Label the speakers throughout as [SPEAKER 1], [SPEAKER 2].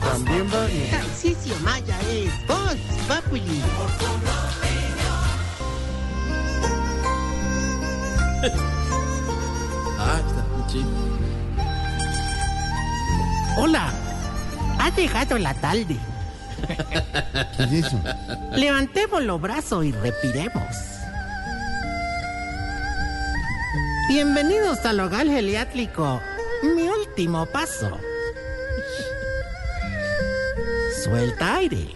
[SPEAKER 1] También va bien.
[SPEAKER 2] Tarcisio Maya es Voz Populi.
[SPEAKER 3] Ah, está chido.
[SPEAKER 2] Hola, ha llegado la tarde.
[SPEAKER 1] ¿Qué es eso?
[SPEAKER 2] Levantemos los brazos y respiremos. Bienvenidos al hogar geriátrico. Mi último paso. Suelta aire.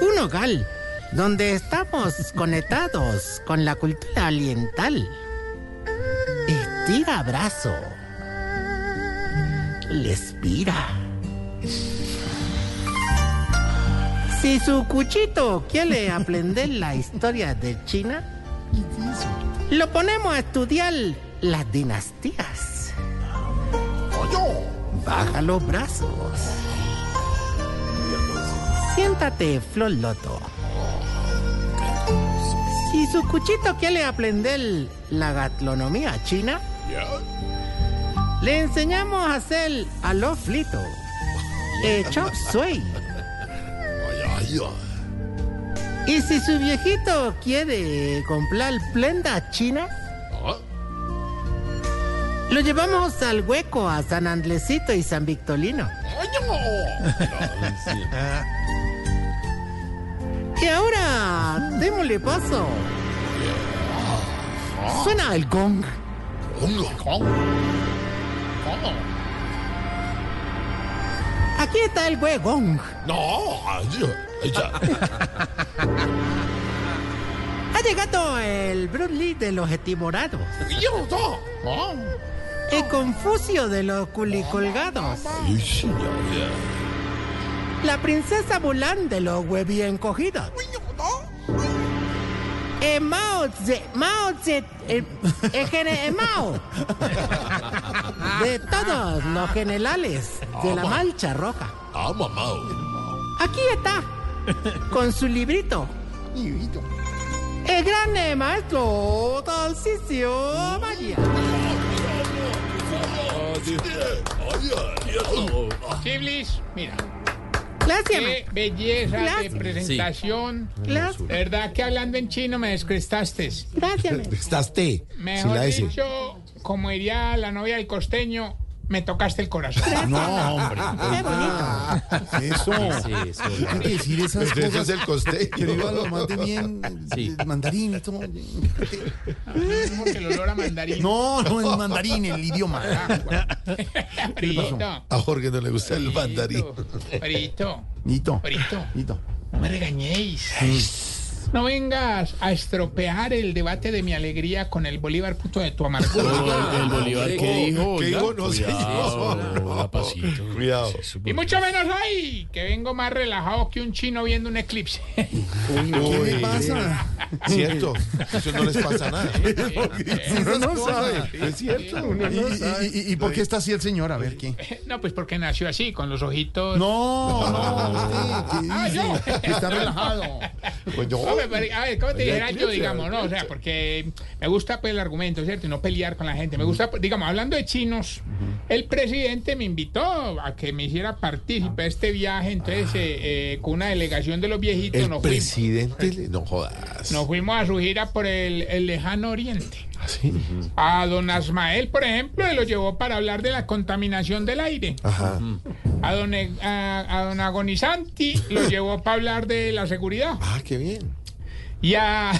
[SPEAKER 2] Un hogar donde estamos conectados con la cultura oriental. Estira brazo. Respira. Si su cuchito quiere aprender la historia de China, lo ponemos a estudiar las dinastías. Baja los brazos. Siéntate, Flor Loto. Si su cuchito quiere aprender la gastronomía china, le enseñamos a hacer a los flitos. Chop suey. Y si su viejito quiere comprar plenda china, lo llevamos al hueco a San Andresito y San Victorino. Y ahora, démosle paso. Suena el gong. Aquí está el güey gong. Ha llegado el Bruce Lee de los estimorados. El Confucio de los culicolgados. La princesa Mulan de los huevíen cogidos. El Eh, Mao Tse, Mao Tse, el, el gene- el Mao. De todos los generales de
[SPEAKER 4] Oh,
[SPEAKER 2] la Mancha Roja. Aquí está, con su librito. El gran eh, maestro Tarcisio Maya.
[SPEAKER 4] Chiblis, mira,
[SPEAKER 2] Gracias.
[SPEAKER 4] qué belleza
[SPEAKER 2] Gracias.
[SPEAKER 4] de presentación.
[SPEAKER 2] Gracias.
[SPEAKER 4] ¿Verdad que hablando en chino me descrestaste?
[SPEAKER 2] Gracias. ma.
[SPEAKER 5] Estás te. Sin
[SPEAKER 4] Mejor
[SPEAKER 5] la S.
[SPEAKER 4] dicho, como diría la novia del costeño, me tocaste el corazón.
[SPEAKER 5] No, hombre.
[SPEAKER 6] Ah,
[SPEAKER 2] Qué bonito.
[SPEAKER 1] Ah,
[SPEAKER 5] Eso.
[SPEAKER 3] Sí, eso.
[SPEAKER 5] Hay que decir esas
[SPEAKER 6] Ese es
[SPEAKER 5] cosas.
[SPEAKER 6] el costeño.
[SPEAKER 5] Pero iba lo más de bien.
[SPEAKER 3] Sí.
[SPEAKER 5] eh, Mandarín y todo.
[SPEAKER 4] Como que el olor a mandarín.
[SPEAKER 5] No, no, el mandarín, el idioma.
[SPEAKER 4] Frito,
[SPEAKER 6] A Jorge no le gusta el mandarín.
[SPEAKER 4] frito, frito,
[SPEAKER 5] Nito.
[SPEAKER 4] frito,
[SPEAKER 5] Nito.
[SPEAKER 4] no me regañéis. No vengas a estropear el debate de mi alegría con el Bolívar puto de tu amargura.
[SPEAKER 7] El Bolívar, ¿qué dijo?
[SPEAKER 6] Ah, ¿Qué
[SPEAKER 7] oiga?
[SPEAKER 6] dijo? No sé.
[SPEAKER 7] Cuidado, Lapacito.
[SPEAKER 6] Cuidado.
[SPEAKER 4] Y mucho menos hoy, que vengo más relajado que un chino viendo un eclipse.
[SPEAKER 5] ¿Qué
[SPEAKER 6] Uy,
[SPEAKER 5] le pasa?
[SPEAKER 6] Cierto. Eso no les pasa nada.
[SPEAKER 5] Esas cosas.
[SPEAKER 6] Es cierto.
[SPEAKER 5] ¿Y, y- y- y- y por qué está así el señor? A ver, ¿qué?
[SPEAKER 4] No, pues porque nació así, con los ojitos.
[SPEAKER 5] No, no, usted, ¿qué
[SPEAKER 4] Ah,
[SPEAKER 5] dice?
[SPEAKER 4] yo.
[SPEAKER 5] Que está relajado.
[SPEAKER 6] Pues yo-
[SPEAKER 4] Hombre, pero, a ver, ¿cómo te dijera yo, digamos, no? O sea, porque me gusta pues, el argumento, ¿cierto? Y no pelear con la gente. Me gusta, pues, digamos, hablando de chinos, el presidente me invitó a que me hiciera partícipe de este viaje. Entonces, eh, eh, con una delegación de los viejitos,
[SPEAKER 6] El
[SPEAKER 4] nos, fuimos,
[SPEAKER 6] presidente. le- No jodas. ¿Ah,
[SPEAKER 4] nos fuimos a su gira por el, el lejano oriente.
[SPEAKER 6] Así.
[SPEAKER 4] A don Asmael, por ejemplo, y lo llevó para hablar de la contaminación del aire.
[SPEAKER 6] Ajá.
[SPEAKER 4] A don, E- a, a don Agonizanti lo llevó para hablar de la seguridad.
[SPEAKER 6] Ah, qué bien.
[SPEAKER 4] Y a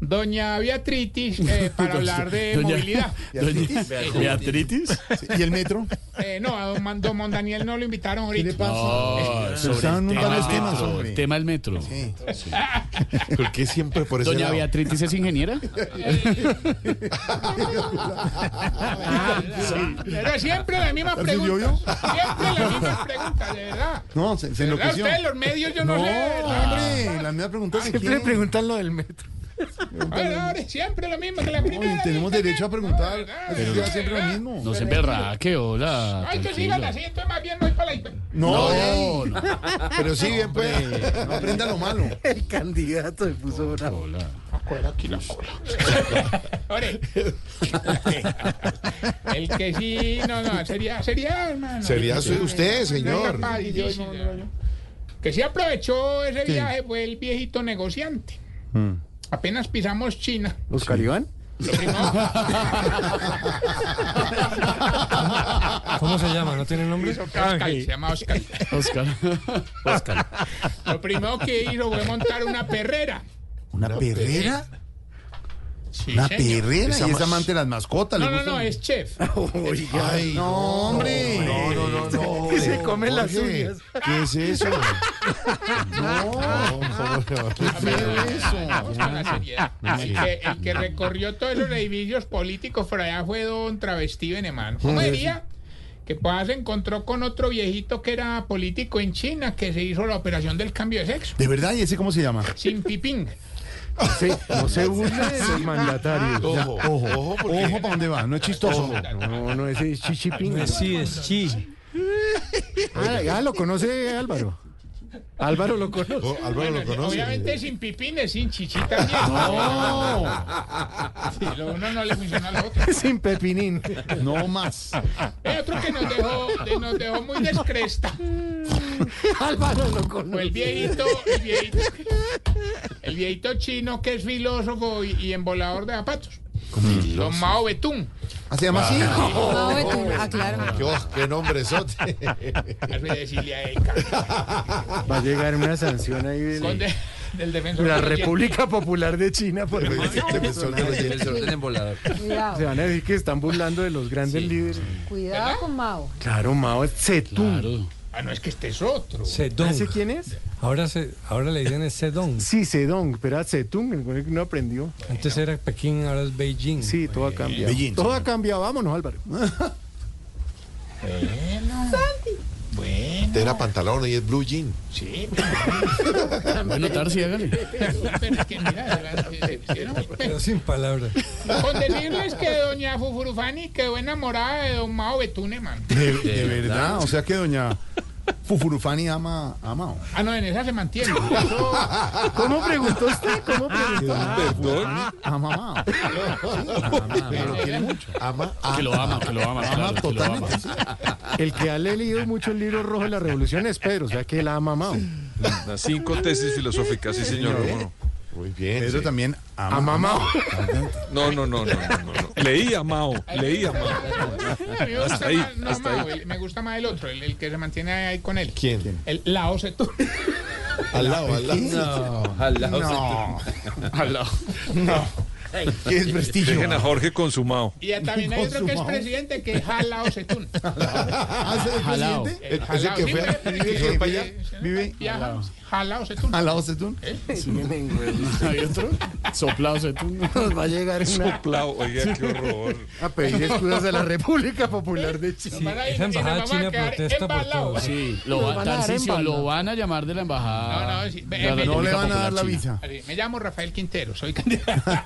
[SPEAKER 4] doña Beatritis eh, para hablar de
[SPEAKER 7] Doña-
[SPEAKER 4] movilidad.
[SPEAKER 7] Doña- ¿Beatritis?
[SPEAKER 5] ¿Y el metro?
[SPEAKER 4] Eh, no, a don, Man- don Mondaniel no lo invitaron
[SPEAKER 5] ¿Qué le
[SPEAKER 4] ahorita.
[SPEAKER 5] pasa?
[SPEAKER 7] Ah,
[SPEAKER 5] Se usaban
[SPEAKER 7] el
[SPEAKER 5] un
[SPEAKER 7] tema
[SPEAKER 5] varios
[SPEAKER 7] del
[SPEAKER 5] temas,
[SPEAKER 7] metro,
[SPEAKER 5] hombre.
[SPEAKER 7] tema del metro.
[SPEAKER 6] Porque siempre por ese
[SPEAKER 7] Doña
[SPEAKER 6] lado?
[SPEAKER 7] Beatritis es ingeniera.
[SPEAKER 4] Pero siempre las mismas
[SPEAKER 5] ¿Así yo,
[SPEAKER 4] preguntas. Siempre las mismas preguntas, de verdad.
[SPEAKER 5] No, se, se
[SPEAKER 4] De verdad,
[SPEAKER 5] enloqueció.
[SPEAKER 4] ustedes los medios yo no,
[SPEAKER 5] No,
[SPEAKER 4] sé.
[SPEAKER 5] hombre, la mía pregunta es Siempre preguntan lo del metro.
[SPEAKER 4] Ahora, Ah, ahora, siempre lo mismo que la primera.
[SPEAKER 5] y tenemos derecho a preguntar.
[SPEAKER 4] Ah,
[SPEAKER 5] Así
[SPEAKER 4] pero-
[SPEAKER 5] sea siempre lo mismo.
[SPEAKER 7] No se emberraque, hola.
[SPEAKER 4] Ay, que
[SPEAKER 7] tranquilo.
[SPEAKER 4] sigan así, entonces más bien no hay para la...
[SPEAKER 5] No,
[SPEAKER 7] No,
[SPEAKER 5] ey,
[SPEAKER 7] no,
[SPEAKER 6] Pero siguen, pues.
[SPEAKER 5] no aprenda lo malo.
[SPEAKER 1] El candidato se puso bravo.
[SPEAKER 7] hola.
[SPEAKER 4] coger aquí la cola. Ore. El que sí, no, no, sería, sería, hermano.
[SPEAKER 6] Sería su- usted,
[SPEAKER 4] No es
[SPEAKER 6] señor.
[SPEAKER 4] capaz, y yo, no, no, yo. Que sí aprovechó ese viaje fue el viejito negociante. Apenas pisamos China.
[SPEAKER 5] ¿Oscar Iván?
[SPEAKER 8] ¿Cómo se llama? ¿No tiene nombre?
[SPEAKER 4] Oscar, se llama Oscar.
[SPEAKER 7] Oscar.
[SPEAKER 4] Lo primero que hizo fue montar una perrera.
[SPEAKER 1] ¿Una perrera?
[SPEAKER 4] Sí,
[SPEAKER 1] ¿Una
[SPEAKER 4] señor.
[SPEAKER 1] perrera?
[SPEAKER 6] Esa
[SPEAKER 1] ¿Y es
[SPEAKER 6] más-
[SPEAKER 1] amante de las mascotas? ¿Le
[SPEAKER 4] No, no,
[SPEAKER 1] gusta?
[SPEAKER 4] no, es chef.
[SPEAKER 6] Ah, Ay, no, hombre. No, no, no, no.
[SPEAKER 5] Y se comen las
[SPEAKER 6] Jorge,
[SPEAKER 5] uñas.
[SPEAKER 6] ¿Qué es eso? No, no, ¿qué fue
[SPEAKER 4] Vamos con la
[SPEAKER 6] Ah,
[SPEAKER 4] seriedad. El que, el que recorrió todos los edificios políticos por allá fue don Travestí Benemán. ¿Cómo diría? Que pues se encontró con otro viejito que era político en China que se hizo la operación del cambio de sexo.
[SPEAKER 1] ¿De verdad? ¿Y ese cómo se llama?
[SPEAKER 4] Sin pipín.
[SPEAKER 5] Sí, no se burle de los mandatarios.
[SPEAKER 6] Ojo, ojo, ojo, porque
[SPEAKER 1] Ojo, ¿para dónde va? No es chistoso.
[SPEAKER 5] No, no, ese es chichipín.
[SPEAKER 8] Sí, es chi.
[SPEAKER 5] Ah, ah, lo conoce Álvaro. Álvaro lo conoce.
[SPEAKER 6] Oh, Álvaro lo conoce.
[SPEAKER 4] Obviamente sin pipín es sin chichita. también. Sí, lo uno no le funciona al otro.
[SPEAKER 5] Sin pepinín.
[SPEAKER 1] No más. Ah,
[SPEAKER 4] Hay otro que nos dejó, de- nos dejó muy descresta.
[SPEAKER 5] Mm. Álvaro lo
[SPEAKER 4] Fue el
[SPEAKER 5] conoce.
[SPEAKER 4] viejito, el viejito, el viejito chino que es filósofo y, y embolador de zapatos. Don Mao Betún.
[SPEAKER 1] ¿Ah, se llama así?
[SPEAKER 9] Mao Betún, ah, claro.
[SPEAKER 6] Qué, oh, qué nombrezote.
[SPEAKER 4] Hazme decirle a él, cabrón.
[SPEAKER 5] Va a llegar una sanción ahí
[SPEAKER 4] Con
[SPEAKER 5] de
[SPEAKER 4] de- del defensor.
[SPEAKER 5] la
[SPEAKER 4] de los
[SPEAKER 5] República Popular de China. por
[SPEAKER 6] Pero
[SPEAKER 1] Pues,
[SPEAKER 5] ejemplo.
[SPEAKER 6] este profesor de los dientes.
[SPEAKER 3] del embolador.
[SPEAKER 5] Se
[SPEAKER 9] Cuidado,
[SPEAKER 5] van a decir que están burlando de los grandes líderes.
[SPEAKER 9] cuidado con Mao.
[SPEAKER 5] Claro, Mao es Zedong.
[SPEAKER 7] Claro.
[SPEAKER 4] dientes. Ah, no, es que este es otro.
[SPEAKER 5] ¿Ah,
[SPEAKER 8] Sedón.
[SPEAKER 5] ¿Ese quién es?
[SPEAKER 8] Ahora, se, ahora le dicen es Sedón.
[SPEAKER 5] Sí, Zedong, pero era Zedong, el que no aprendió.
[SPEAKER 8] Antes era Pekín, ahora es Beijing.
[SPEAKER 5] Sí, todo ha cambiado.
[SPEAKER 1] Beijing,
[SPEAKER 5] todo ha
[SPEAKER 1] señor.
[SPEAKER 5] cambiado. Vámonos, Álvaro.
[SPEAKER 4] Bueno. Bueno,
[SPEAKER 6] Este era pantalón y es blue jean.
[SPEAKER 4] sí,
[SPEAKER 7] Bueno, Tarsi, hágale.
[SPEAKER 4] pero es que mira, se- se- se- era muy pe-
[SPEAKER 8] Pero sin palabras.
[SPEAKER 4] pues. Con decirles que doña Fufurufani quedó enamorada de don Mao Betún, hermano.
[SPEAKER 1] De,
[SPEAKER 6] Eh,
[SPEAKER 1] de verdad. O sea que doña Fufurufani ama a Mao.
[SPEAKER 4] Ah, no, en esa se mantiene. Eso-
[SPEAKER 5] ¿Cómo preguntó usted? ¿Cómo preguntó?
[SPEAKER 1] Ama a Mao.
[SPEAKER 6] Pero lo quiere mucho. Ama, ama.
[SPEAKER 7] Que lo ama, que lo
[SPEAKER 6] Ah,
[SPEAKER 7] ama, claro, que lo ama.
[SPEAKER 5] El que ha leído muchos libros rojos de la revolución es Pedro, o sea que él ama a Mao.
[SPEAKER 10] Las cinco tesis filosóficas, sí, señor. ¿cómo
[SPEAKER 6] Muy bien.
[SPEAKER 1] Pedro
[SPEAKER 6] sí.
[SPEAKER 1] también ama
[SPEAKER 5] Ama a Mao.
[SPEAKER 10] No, no, no, no, no, no, no. Leí a Mao, leí a Mao.
[SPEAKER 4] A mí me gusta
[SPEAKER 10] Hasta ahí,
[SPEAKER 4] más- no,
[SPEAKER 10] hasta
[SPEAKER 4] Mao,
[SPEAKER 10] ahí.
[SPEAKER 4] el- me gusta más el otro, el, el que se mantiene ahí con él.
[SPEAKER 6] ¿Quién?
[SPEAKER 4] El Lao Zedong.
[SPEAKER 6] Al lado, al lado.
[SPEAKER 1] No. ¿Qué es prestigio?
[SPEAKER 10] Dejen a Jorge con su Mao.
[SPEAKER 4] Y ya también hay otro que es presidente que es Jalao Setún.
[SPEAKER 1] ¿Ah, ese es el
[SPEAKER 7] Jalao.
[SPEAKER 1] presidente?
[SPEAKER 4] Eh,
[SPEAKER 6] El- ese que fue- que fue para allá.
[SPEAKER 1] ¿Vive
[SPEAKER 4] Jalao Setún.
[SPEAKER 1] al lado de Setún?
[SPEAKER 7] ¿Hay otro? Soplado Zedong.
[SPEAKER 5] Nos va a llegar una,
[SPEAKER 10] Soplao, oiga, qué horror.
[SPEAKER 5] a pedir excusas a la República Popular de China.
[SPEAKER 8] Sí, esa embajada china protesta por todo. Sí.
[SPEAKER 7] Sí, lo
[SPEAKER 5] van
[SPEAKER 7] va,
[SPEAKER 5] a dar en
[SPEAKER 7] Tarcisio,
[SPEAKER 5] banda.
[SPEAKER 7] lo van a llamar de la embajada.
[SPEAKER 4] No, no, sí, ve-
[SPEAKER 7] de la
[SPEAKER 4] ve-
[SPEAKER 1] No
[SPEAKER 7] República
[SPEAKER 1] le van a
[SPEAKER 7] Popular
[SPEAKER 1] dar la
[SPEAKER 7] China.
[SPEAKER 1] visa.
[SPEAKER 4] Así, Me llamo Rafael Quintero, soy candidato.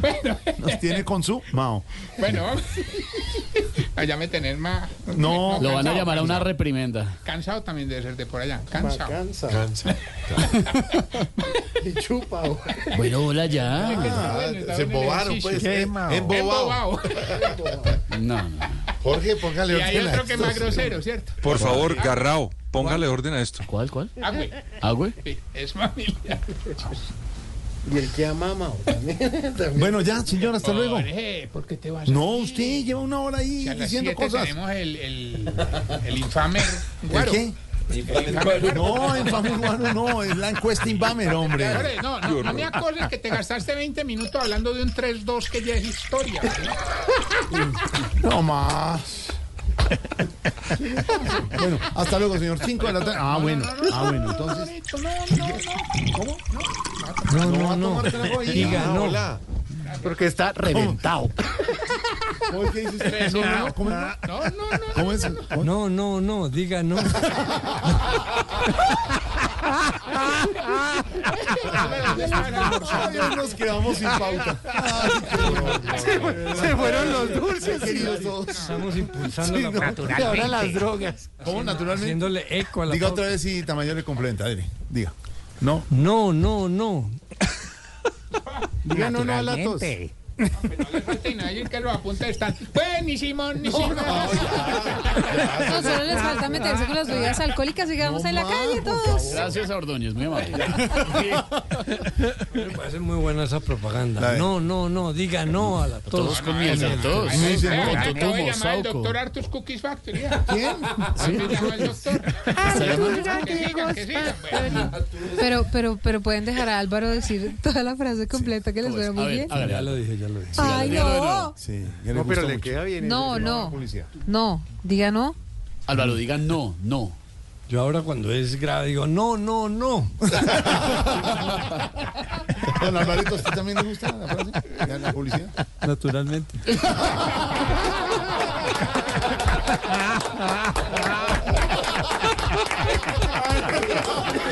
[SPEAKER 4] bueno,
[SPEAKER 1] Nos tiene con su Mao.
[SPEAKER 4] bueno, allá me tener más.
[SPEAKER 1] No.
[SPEAKER 7] Lo van a
[SPEAKER 4] cansado,
[SPEAKER 7] llamar a una
[SPEAKER 4] cansado.
[SPEAKER 7] reprimenda.
[SPEAKER 4] Cansado también debe ser de por allá. Cansado.
[SPEAKER 5] Cansa.
[SPEAKER 6] Cansa.
[SPEAKER 5] Y chupa. ahora.
[SPEAKER 7] Bueno, hola ya.
[SPEAKER 4] Está
[SPEAKER 6] Ah,
[SPEAKER 4] bueno, está
[SPEAKER 6] se
[SPEAKER 4] bueno el
[SPEAKER 6] embobaron,
[SPEAKER 4] ejercicio.
[SPEAKER 6] pues.
[SPEAKER 5] Qué
[SPEAKER 6] Embobado.
[SPEAKER 5] mao.
[SPEAKER 6] Embobado.
[SPEAKER 4] Embobado.
[SPEAKER 7] No, no.
[SPEAKER 6] Jorge, póngale
[SPEAKER 4] Y hay
[SPEAKER 6] orden a
[SPEAKER 4] otro que es
[SPEAKER 6] esto.
[SPEAKER 4] más grosero, ¿cierto?
[SPEAKER 10] Por favor, Garrao, póngale orden a esto.
[SPEAKER 7] ¿Cuál, cuál?
[SPEAKER 4] Ah, güey.
[SPEAKER 7] Ah, güey.
[SPEAKER 4] Sí, Es familiar.
[SPEAKER 5] Y el que ama a Mao también. también.
[SPEAKER 1] Bueno, ya, señor, hasta luego.
[SPEAKER 4] Jorge, ¿por qué te vas
[SPEAKER 1] No,
[SPEAKER 4] así?
[SPEAKER 1] usted lleva una hora ahí
[SPEAKER 4] Si a las
[SPEAKER 1] diciendo
[SPEAKER 4] siete
[SPEAKER 1] cosas.
[SPEAKER 4] tenemos el, el, el infame
[SPEAKER 1] ¿El
[SPEAKER 4] guaro.
[SPEAKER 1] qué?
[SPEAKER 4] El infame guaro.
[SPEAKER 1] No, en Fama Urbana no, es la encuesta Inbamer, hombre.
[SPEAKER 4] Jorge, No, no, no me acuerdes que te gastaste 20 minutos hablando de un 3-2 que ya es historia. ¿verdad?
[SPEAKER 1] No más. Bueno, hasta luego, señor. Cinco de la tarde. Ah, bueno. Ah, bueno, entonces.
[SPEAKER 8] No,
[SPEAKER 1] No va
[SPEAKER 8] no,
[SPEAKER 1] a
[SPEAKER 8] no.
[SPEAKER 1] tomar trago ahí.
[SPEAKER 8] Diga, no.
[SPEAKER 5] Porque está reventado.
[SPEAKER 1] ¿Cómo es que dice usted? No, no, ¿Cómo es?
[SPEAKER 4] No, no, no.
[SPEAKER 1] ¿Cómo es? ¿Cómo-
[SPEAKER 8] No, no, no, diga no.
[SPEAKER 1] Ay, hoy nos quedamos sin pauta. Ay, qué horror.
[SPEAKER 5] Se fueron los dulces.
[SPEAKER 1] Queridos todos.
[SPEAKER 8] Estamos impulsando
[SPEAKER 1] Sí,
[SPEAKER 8] la
[SPEAKER 1] no.
[SPEAKER 8] patria,
[SPEAKER 5] Y ahora las drogas.
[SPEAKER 1] ¿Cómo naturalmente?
[SPEAKER 8] haciéndole eco a la
[SPEAKER 1] Diga
[SPEAKER 8] pauta.
[SPEAKER 1] otra vez si Tamayo le complementa. Dile, diga. No.
[SPEAKER 8] No, no, no.
[SPEAKER 1] Diga no, no a la tos.
[SPEAKER 2] Naturalmente.
[SPEAKER 4] No le falta y nadie que lo apunta están. Pues ni Simón, ni Simón.
[SPEAKER 9] No, solo les falta meterse con las bebidas alcohólicas y quedamos en la calle todos.
[SPEAKER 7] Gracias a Ordóñez, muy amable.
[SPEAKER 8] Me parece muy buena esa
[SPEAKER 1] La
[SPEAKER 8] propaganda.
[SPEAKER 1] de-
[SPEAKER 8] No, no, no. Diga no a la tos.
[SPEAKER 7] Todos comienzan, todos.
[SPEAKER 1] Ay, sí,
[SPEAKER 4] Vea,
[SPEAKER 1] con
[SPEAKER 4] acabo de
[SPEAKER 7] Totomo,
[SPEAKER 4] llamar al
[SPEAKER 7] Sauco.
[SPEAKER 4] doctor Artus Cookies Factory. ya.
[SPEAKER 1] ¿Quién?
[SPEAKER 4] Así llama el doctor. Que sigan, que sigan. bueno.
[SPEAKER 9] Pero, pero, pero pueden dejar a Álvaro decir toda la frase completa que les
[SPEAKER 7] Pues,
[SPEAKER 9] veo
[SPEAKER 7] a
[SPEAKER 9] muy
[SPEAKER 7] ver,
[SPEAKER 9] bien.
[SPEAKER 7] a ver,
[SPEAKER 8] Ya lo dije, ya lo dije.
[SPEAKER 9] Ay, no.
[SPEAKER 1] Sí.
[SPEAKER 6] No, pero le queda bien.
[SPEAKER 9] No, no. No, diga no.
[SPEAKER 7] Álvaro, diga no, no.
[SPEAKER 8] Yo ahora cuando es grave digo, no, no, no.
[SPEAKER 1] Don Alvarito, ¿a usted también le gusta la frase? ¿La- ¿La publicidad?
[SPEAKER 8] Naturalmente.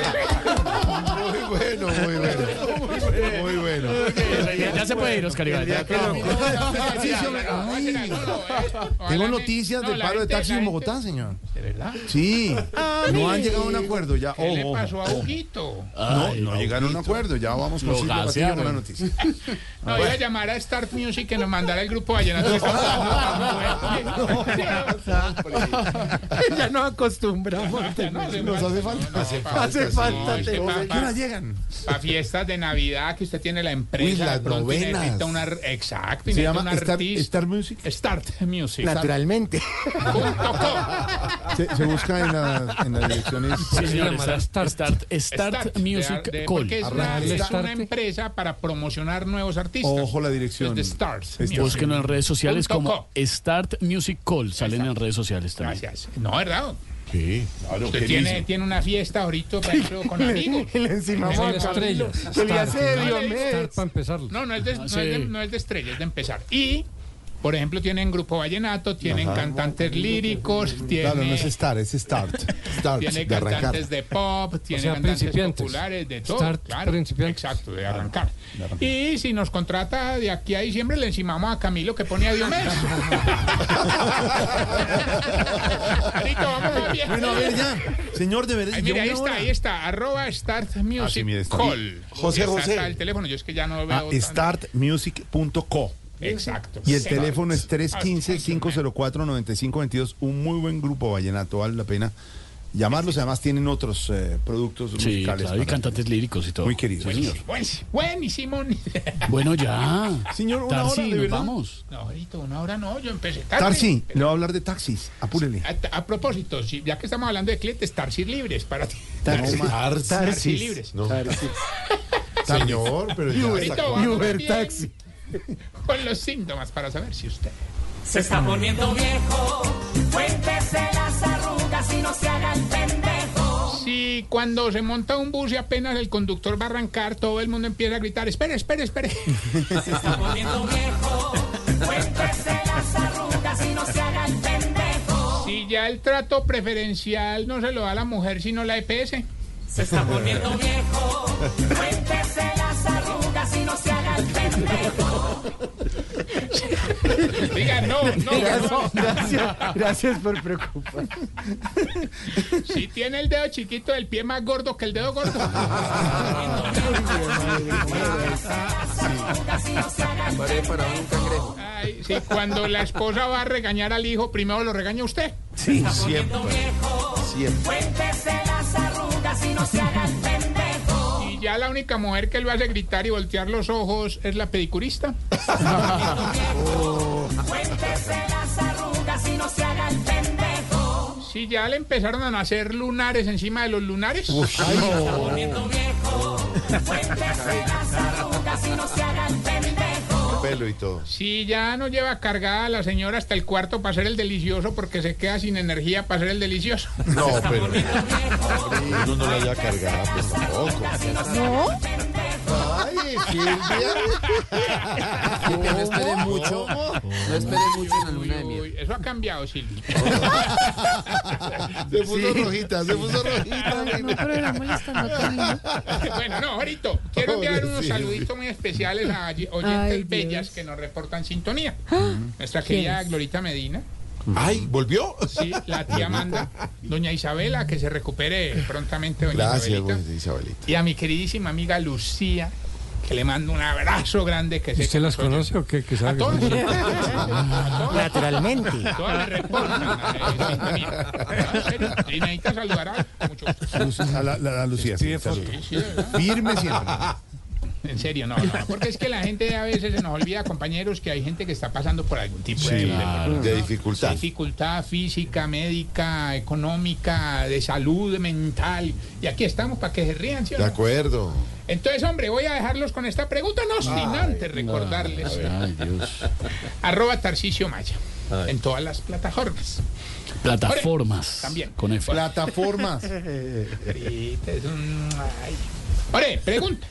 [SPEAKER 1] Muy bueno, muy bueno. Muy bueno.
[SPEAKER 7] Ya, ya se puede ir, Oscar Iván. ya.
[SPEAKER 1] Ah, Sí, sí, hombre. Ay, Tengo noticias del paro de taxis en Bogotá, señor.
[SPEAKER 4] ¿De verdad? Ah,
[SPEAKER 1] Sí. No han llegado a un acuerdo ya.
[SPEAKER 4] ¿Qué le
[SPEAKER 1] Ojo, ojo.
[SPEAKER 4] pasó a Huguito?
[SPEAKER 1] No, no llegaron a un acuerdo. Ya vamos con
[SPEAKER 7] Lo
[SPEAKER 1] Silvia Patiño con la
[SPEAKER 7] gasearon.
[SPEAKER 1] noticia.
[SPEAKER 4] No, iba a llamar a Start Music que nos mandara el grupo Vallenato. que está pasando tan fuerte.
[SPEAKER 2] ya nos acostumbramos.
[SPEAKER 4] Ya no hace
[SPEAKER 1] Nos hace
[SPEAKER 4] falta,
[SPEAKER 1] falta.
[SPEAKER 4] no, no, pa-
[SPEAKER 2] Hace
[SPEAKER 4] no,
[SPEAKER 2] falta.
[SPEAKER 4] es que
[SPEAKER 2] te-
[SPEAKER 4] pa-
[SPEAKER 1] ¿Qué
[SPEAKER 4] pa-
[SPEAKER 1] hora llegan?
[SPEAKER 4] Para fiestas de Navidad que usted tiene la empresa.
[SPEAKER 1] Uy, las
[SPEAKER 4] de pronto y
[SPEAKER 1] novenas.
[SPEAKER 4] necesita una ar- exacto, y
[SPEAKER 1] Se
[SPEAKER 4] necesita
[SPEAKER 1] llama
[SPEAKER 4] un
[SPEAKER 1] Star,
[SPEAKER 4] artista.
[SPEAKER 1] Star Music.
[SPEAKER 4] Start Music.
[SPEAKER 2] Naturalmente.
[SPEAKER 4] Punto com.
[SPEAKER 1] Se, se busca en, la, en las direcciones.
[SPEAKER 7] Sí, señores,
[SPEAKER 8] llamará
[SPEAKER 7] start, start, start,
[SPEAKER 4] Start,
[SPEAKER 7] Music
[SPEAKER 4] de- de-
[SPEAKER 7] Call.
[SPEAKER 4] Porque es una,
[SPEAKER 1] Arranca
[SPEAKER 4] es
[SPEAKER 1] Start.
[SPEAKER 4] una empresa para promocionar nuevos artistas.
[SPEAKER 1] Ojo la
[SPEAKER 4] Es
[SPEAKER 1] dirección.
[SPEAKER 4] de Stars.
[SPEAKER 1] Es-
[SPEAKER 7] Búsquenlo en redes sociales
[SPEAKER 4] Punto
[SPEAKER 7] como
[SPEAKER 4] co.
[SPEAKER 7] Start Music Call. Salen en redes sociales también.
[SPEAKER 4] Gracias. No, ¿verdad?
[SPEAKER 1] Sí. Claro,
[SPEAKER 4] Usted
[SPEAKER 1] ¿qué
[SPEAKER 4] tiene,
[SPEAKER 1] dice?
[SPEAKER 4] tiene una fiesta ahorita por ejemplo, con amigos.
[SPEAKER 2] Le encimamos
[SPEAKER 8] Son
[SPEAKER 2] a Camilo.
[SPEAKER 8] estrellas.
[SPEAKER 2] Que le
[SPEAKER 8] Start.
[SPEAKER 2] hace de
[SPEAKER 4] No, le-
[SPEAKER 2] Diomedes.
[SPEAKER 8] Para empezarlo.
[SPEAKER 4] No, no es de, no,
[SPEAKER 7] sí.
[SPEAKER 4] es de, no es de estrella, es de empezar. Y, por ejemplo, tienen grupo vallenato, tienen cantantes líricos, tiene,
[SPEAKER 6] Claro, no es Star, es Start. Start,
[SPEAKER 4] tiene
[SPEAKER 6] de arrancar.
[SPEAKER 4] cantantes de pop, tiene
[SPEAKER 8] sea,
[SPEAKER 4] cantantes
[SPEAKER 8] principiantes.
[SPEAKER 4] populares, de todo.
[SPEAKER 8] Start
[SPEAKER 4] claro,
[SPEAKER 8] principiantes.
[SPEAKER 4] Exacto, de arrancar. Y si nos contrata de aquí a diciembre, le encimamos a Camilo que pone a Diomedes. Listo, vamos a fiesta.
[SPEAKER 1] Bueno, a ver ya. Señor, de verdad.
[SPEAKER 4] Ay, mira,
[SPEAKER 1] ya
[SPEAKER 4] ahí
[SPEAKER 1] una
[SPEAKER 4] está,
[SPEAKER 1] hora.
[SPEAKER 4] ahí está, arroba Start Music
[SPEAKER 1] Ah, sí, mira, está.
[SPEAKER 4] Call.
[SPEAKER 6] José,
[SPEAKER 4] Y está-
[SPEAKER 6] José.
[SPEAKER 4] está el teléfono, yo es que ya no
[SPEAKER 1] Ah,
[SPEAKER 4] veo. tanto.
[SPEAKER 1] startmusic.co.
[SPEAKER 4] Exacto.
[SPEAKER 1] Y el
[SPEAKER 4] Sí. Ah,
[SPEAKER 1] teléfono es
[SPEAKER 4] Exacto.
[SPEAKER 1] 315-504-9522. Un muy buen grupo vallenato, vale la pena llamarlos. Además, tienen otros eh, productos
[SPEAKER 7] Sí,
[SPEAKER 1] musicales.
[SPEAKER 7] claro, y
[SPEAKER 1] para-
[SPEAKER 7] cantantes líricos y todo.
[SPEAKER 1] Muy queridos.
[SPEAKER 7] Señor.
[SPEAKER 4] Buenísimo. Buenísimo.
[SPEAKER 7] Bueno, ya.
[SPEAKER 1] Señor, una
[SPEAKER 7] Tarsi,
[SPEAKER 1] hora, de
[SPEAKER 7] nos
[SPEAKER 1] verdad.
[SPEAKER 7] vamos.
[SPEAKER 4] No, ahorita, una hora no, yo empecé tarde.
[SPEAKER 1] Tarsi, le voy a hablar de taxis. Apúrele.
[SPEAKER 4] A, a propósito, si- ya que estamos hablando de clientes, Tarsis libres para ti.
[SPEAKER 1] Taxi.
[SPEAKER 4] Tarsis libres.
[SPEAKER 1] Señor, pero ya.
[SPEAKER 4] Ahorita vamos
[SPEAKER 2] Uber
[SPEAKER 4] bien
[SPEAKER 2] Taxi.
[SPEAKER 4] Con los síntomas para saber si usted.
[SPEAKER 11] Se está poniendo viejo. Cuéntese las arrugas y no se haga el pendejo.
[SPEAKER 4] Si cuando se monta un bus y apenas el conductor va a arrancar, todo el mundo empieza a gritar: espere, espere, espere.
[SPEAKER 11] Se está poniendo viejo. Cuéntese las arrugas y no se haga el pendejo.
[SPEAKER 4] Si ya el trato preferencial no se lo da la mujer, sino la E EPS.
[SPEAKER 11] Se está poniendo viejo. Cuéntese las arrugas y no se haga el pendejo.
[SPEAKER 4] Diga, no, no, no.
[SPEAKER 2] Gracias, gracias por preocupar.
[SPEAKER 4] Si tiene el dedo chiquito, el pie más gordo que el dedo gordo.
[SPEAKER 11] Arrugas y no se haga el
[SPEAKER 3] Paré para un cangrejo.
[SPEAKER 4] Ay, si cuando la esposa va a regañar al hijo, primero lo regaña usted.
[SPEAKER 11] poniendo viejo. Cuéntese las arrugas y no se haga el pendejo.
[SPEAKER 4] Y ya la única mujer que lo hace gritar y voltear los ojos es la pedicurista.
[SPEAKER 11] Cuéntese las arrugas y no se haga el pendejo.
[SPEAKER 4] Si ya le empezaron a nacer lunares encima de los lunares.
[SPEAKER 11] Poniendo viejo. Cuéntese las arrugas y no se haga el pendejo.
[SPEAKER 6] Pelo y todo.
[SPEAKER 4] Si ya no lleva cargada a la señora hasta el cuarto para hacer el delicioso porque se queda sin energía para hacer el delicioso.
[SPEAKER 6] No, pero. Uno no la haya cargada, pues tampoco.
[SPEAKER 9] No.
[SPEAKER 1] Ay, Silvia.
[SPEAKER 3] Silvia, no espere mucho. No espere mucho en la luna de miel.
[SPEAKER 4] Uy, eso ha cambiado, Silvia.
[SPEAKER 1] Se puso rojita, se puso rojita.
[SPEAKER 9] No, pero no molestando a Camilo.
[SPEAKER 4] bueno, no, ahorita quiero enviar unos
[SPEAKER 1] Pobrecito.
[SPEAKER 4] saluditos muy especiales a oy- oyentes
[SPEAKER 9] Ay, Dios.
[SPEAKER 4] bellas que nos reportan sintonía. Nuestra querida Glorita Medina, Ay, ¿volvió? Sí, la tía manda. Doña Isabela, que se recupere prontamente, doña
[SPEAKER 6] Gracias,
[SPEAKER 4] Isabelita.
[SPEAKER 6] pues, Isabelita.
[SPEAKER 4] Y a mi queridísima amiga Lucía, que le mando un abrazo grande. Que se
[SPEAKER 8] ¿Usted las conoce o qué? Que sabe que son
[SPEAKER 4] todos.
[SPEAKER 8] ellas.
[SPEAKER 4] Ah.
[SPEAKER 2] Naturalmente.
[SPEAKER 4] Todas le responden. eh, Y necesita saludar a mucho gusto.
[SPEAKER 1] Luz- a la, la- la Lucía. sí, saludo.
[SPEAKER 4] Sí, sí, de verdad.
[SPEAKER 1] Firme siempre.
[SPEAKER 4] En serio, no, no, porque es que la gente a veces se nos olvida, compañeros, que hay gente que está pasando por algún tipo de,
[SPEAKER 1] Ah,
[SPEAKER 6] De dificultad.
[SPEAKER 4] dificultad física, médica, económica, de salud mental. Y aquí estamos para que se rían, ¿sí o
[SPEAKER 6] De
[SPEAKER 4] no?
[SPEAKER 6] acuerdo.
[SPEAKER 4] Entonces, hombre, voy a dejarlos con esta pregunta, no sin antes recordarles.
[SPEAKER 7] Ay, Dios.
[SPEAKER 4] Arroba Tarcicio Maya. En todas las plataformas.
[SPEAKER 7] Plataformas.
[SPEAKER 4] También.
[SPEAKER 7] Con F.
[SPEAKER 1] Plataformas.
[SPEAKER 4] Ahorita es un- ay. Ore, pregunta.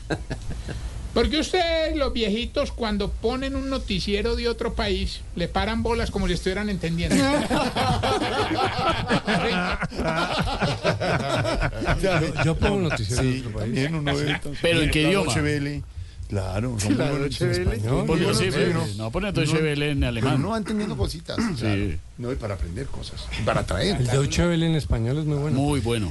[SPEAKER 4] ¿Por qué ustedes, los viejitos, cuando ponen un noticiero de otro país, le paran bolas como si estuvieran entendiendo?
[SPEAKER 8] Yo- Yo pongo noticias de
[SPEAKER 1] Sí,
[SPEAKER 8] otro país.
[SPEAKER 1] también uno de estos.
[SPEAKER 7] Pero ¿en qué
[SPEAKER 1] La
[SPEAKER 7] idioma?
[SPEAKER 1] Deutsche Welle. Claro, son
[SPEAKER 5] La
[SPEAKER 1] muy buenos
[SPEAKER 5] Deutsche
[SPEAKER 1] en
[SPEAKER 5] Welle.
[SPEAKER 1] español.
[SPEAKER 7] Por lo
[SPEAKER 1] Pero
[SPEAKER 7] sí,
[SPEAKER 1] no,
[SPEAKER 7] pero
[SPEAKER 1] no,
[SPEAKER 7] no pone Deutsche Welle en
[SPEAKER 1] pero
[SPEAKER 7] alemán.
[SPEAKER 1] no van entendiendo cositas. claro. No, y para aprender cosas. y Para
[SPEAKER 8] El
[SPEAKER 1] traer.
[SPEAKER 8] Deutsche Welle en español es muy bueno.
[SPEAKER 7] Muy bueno.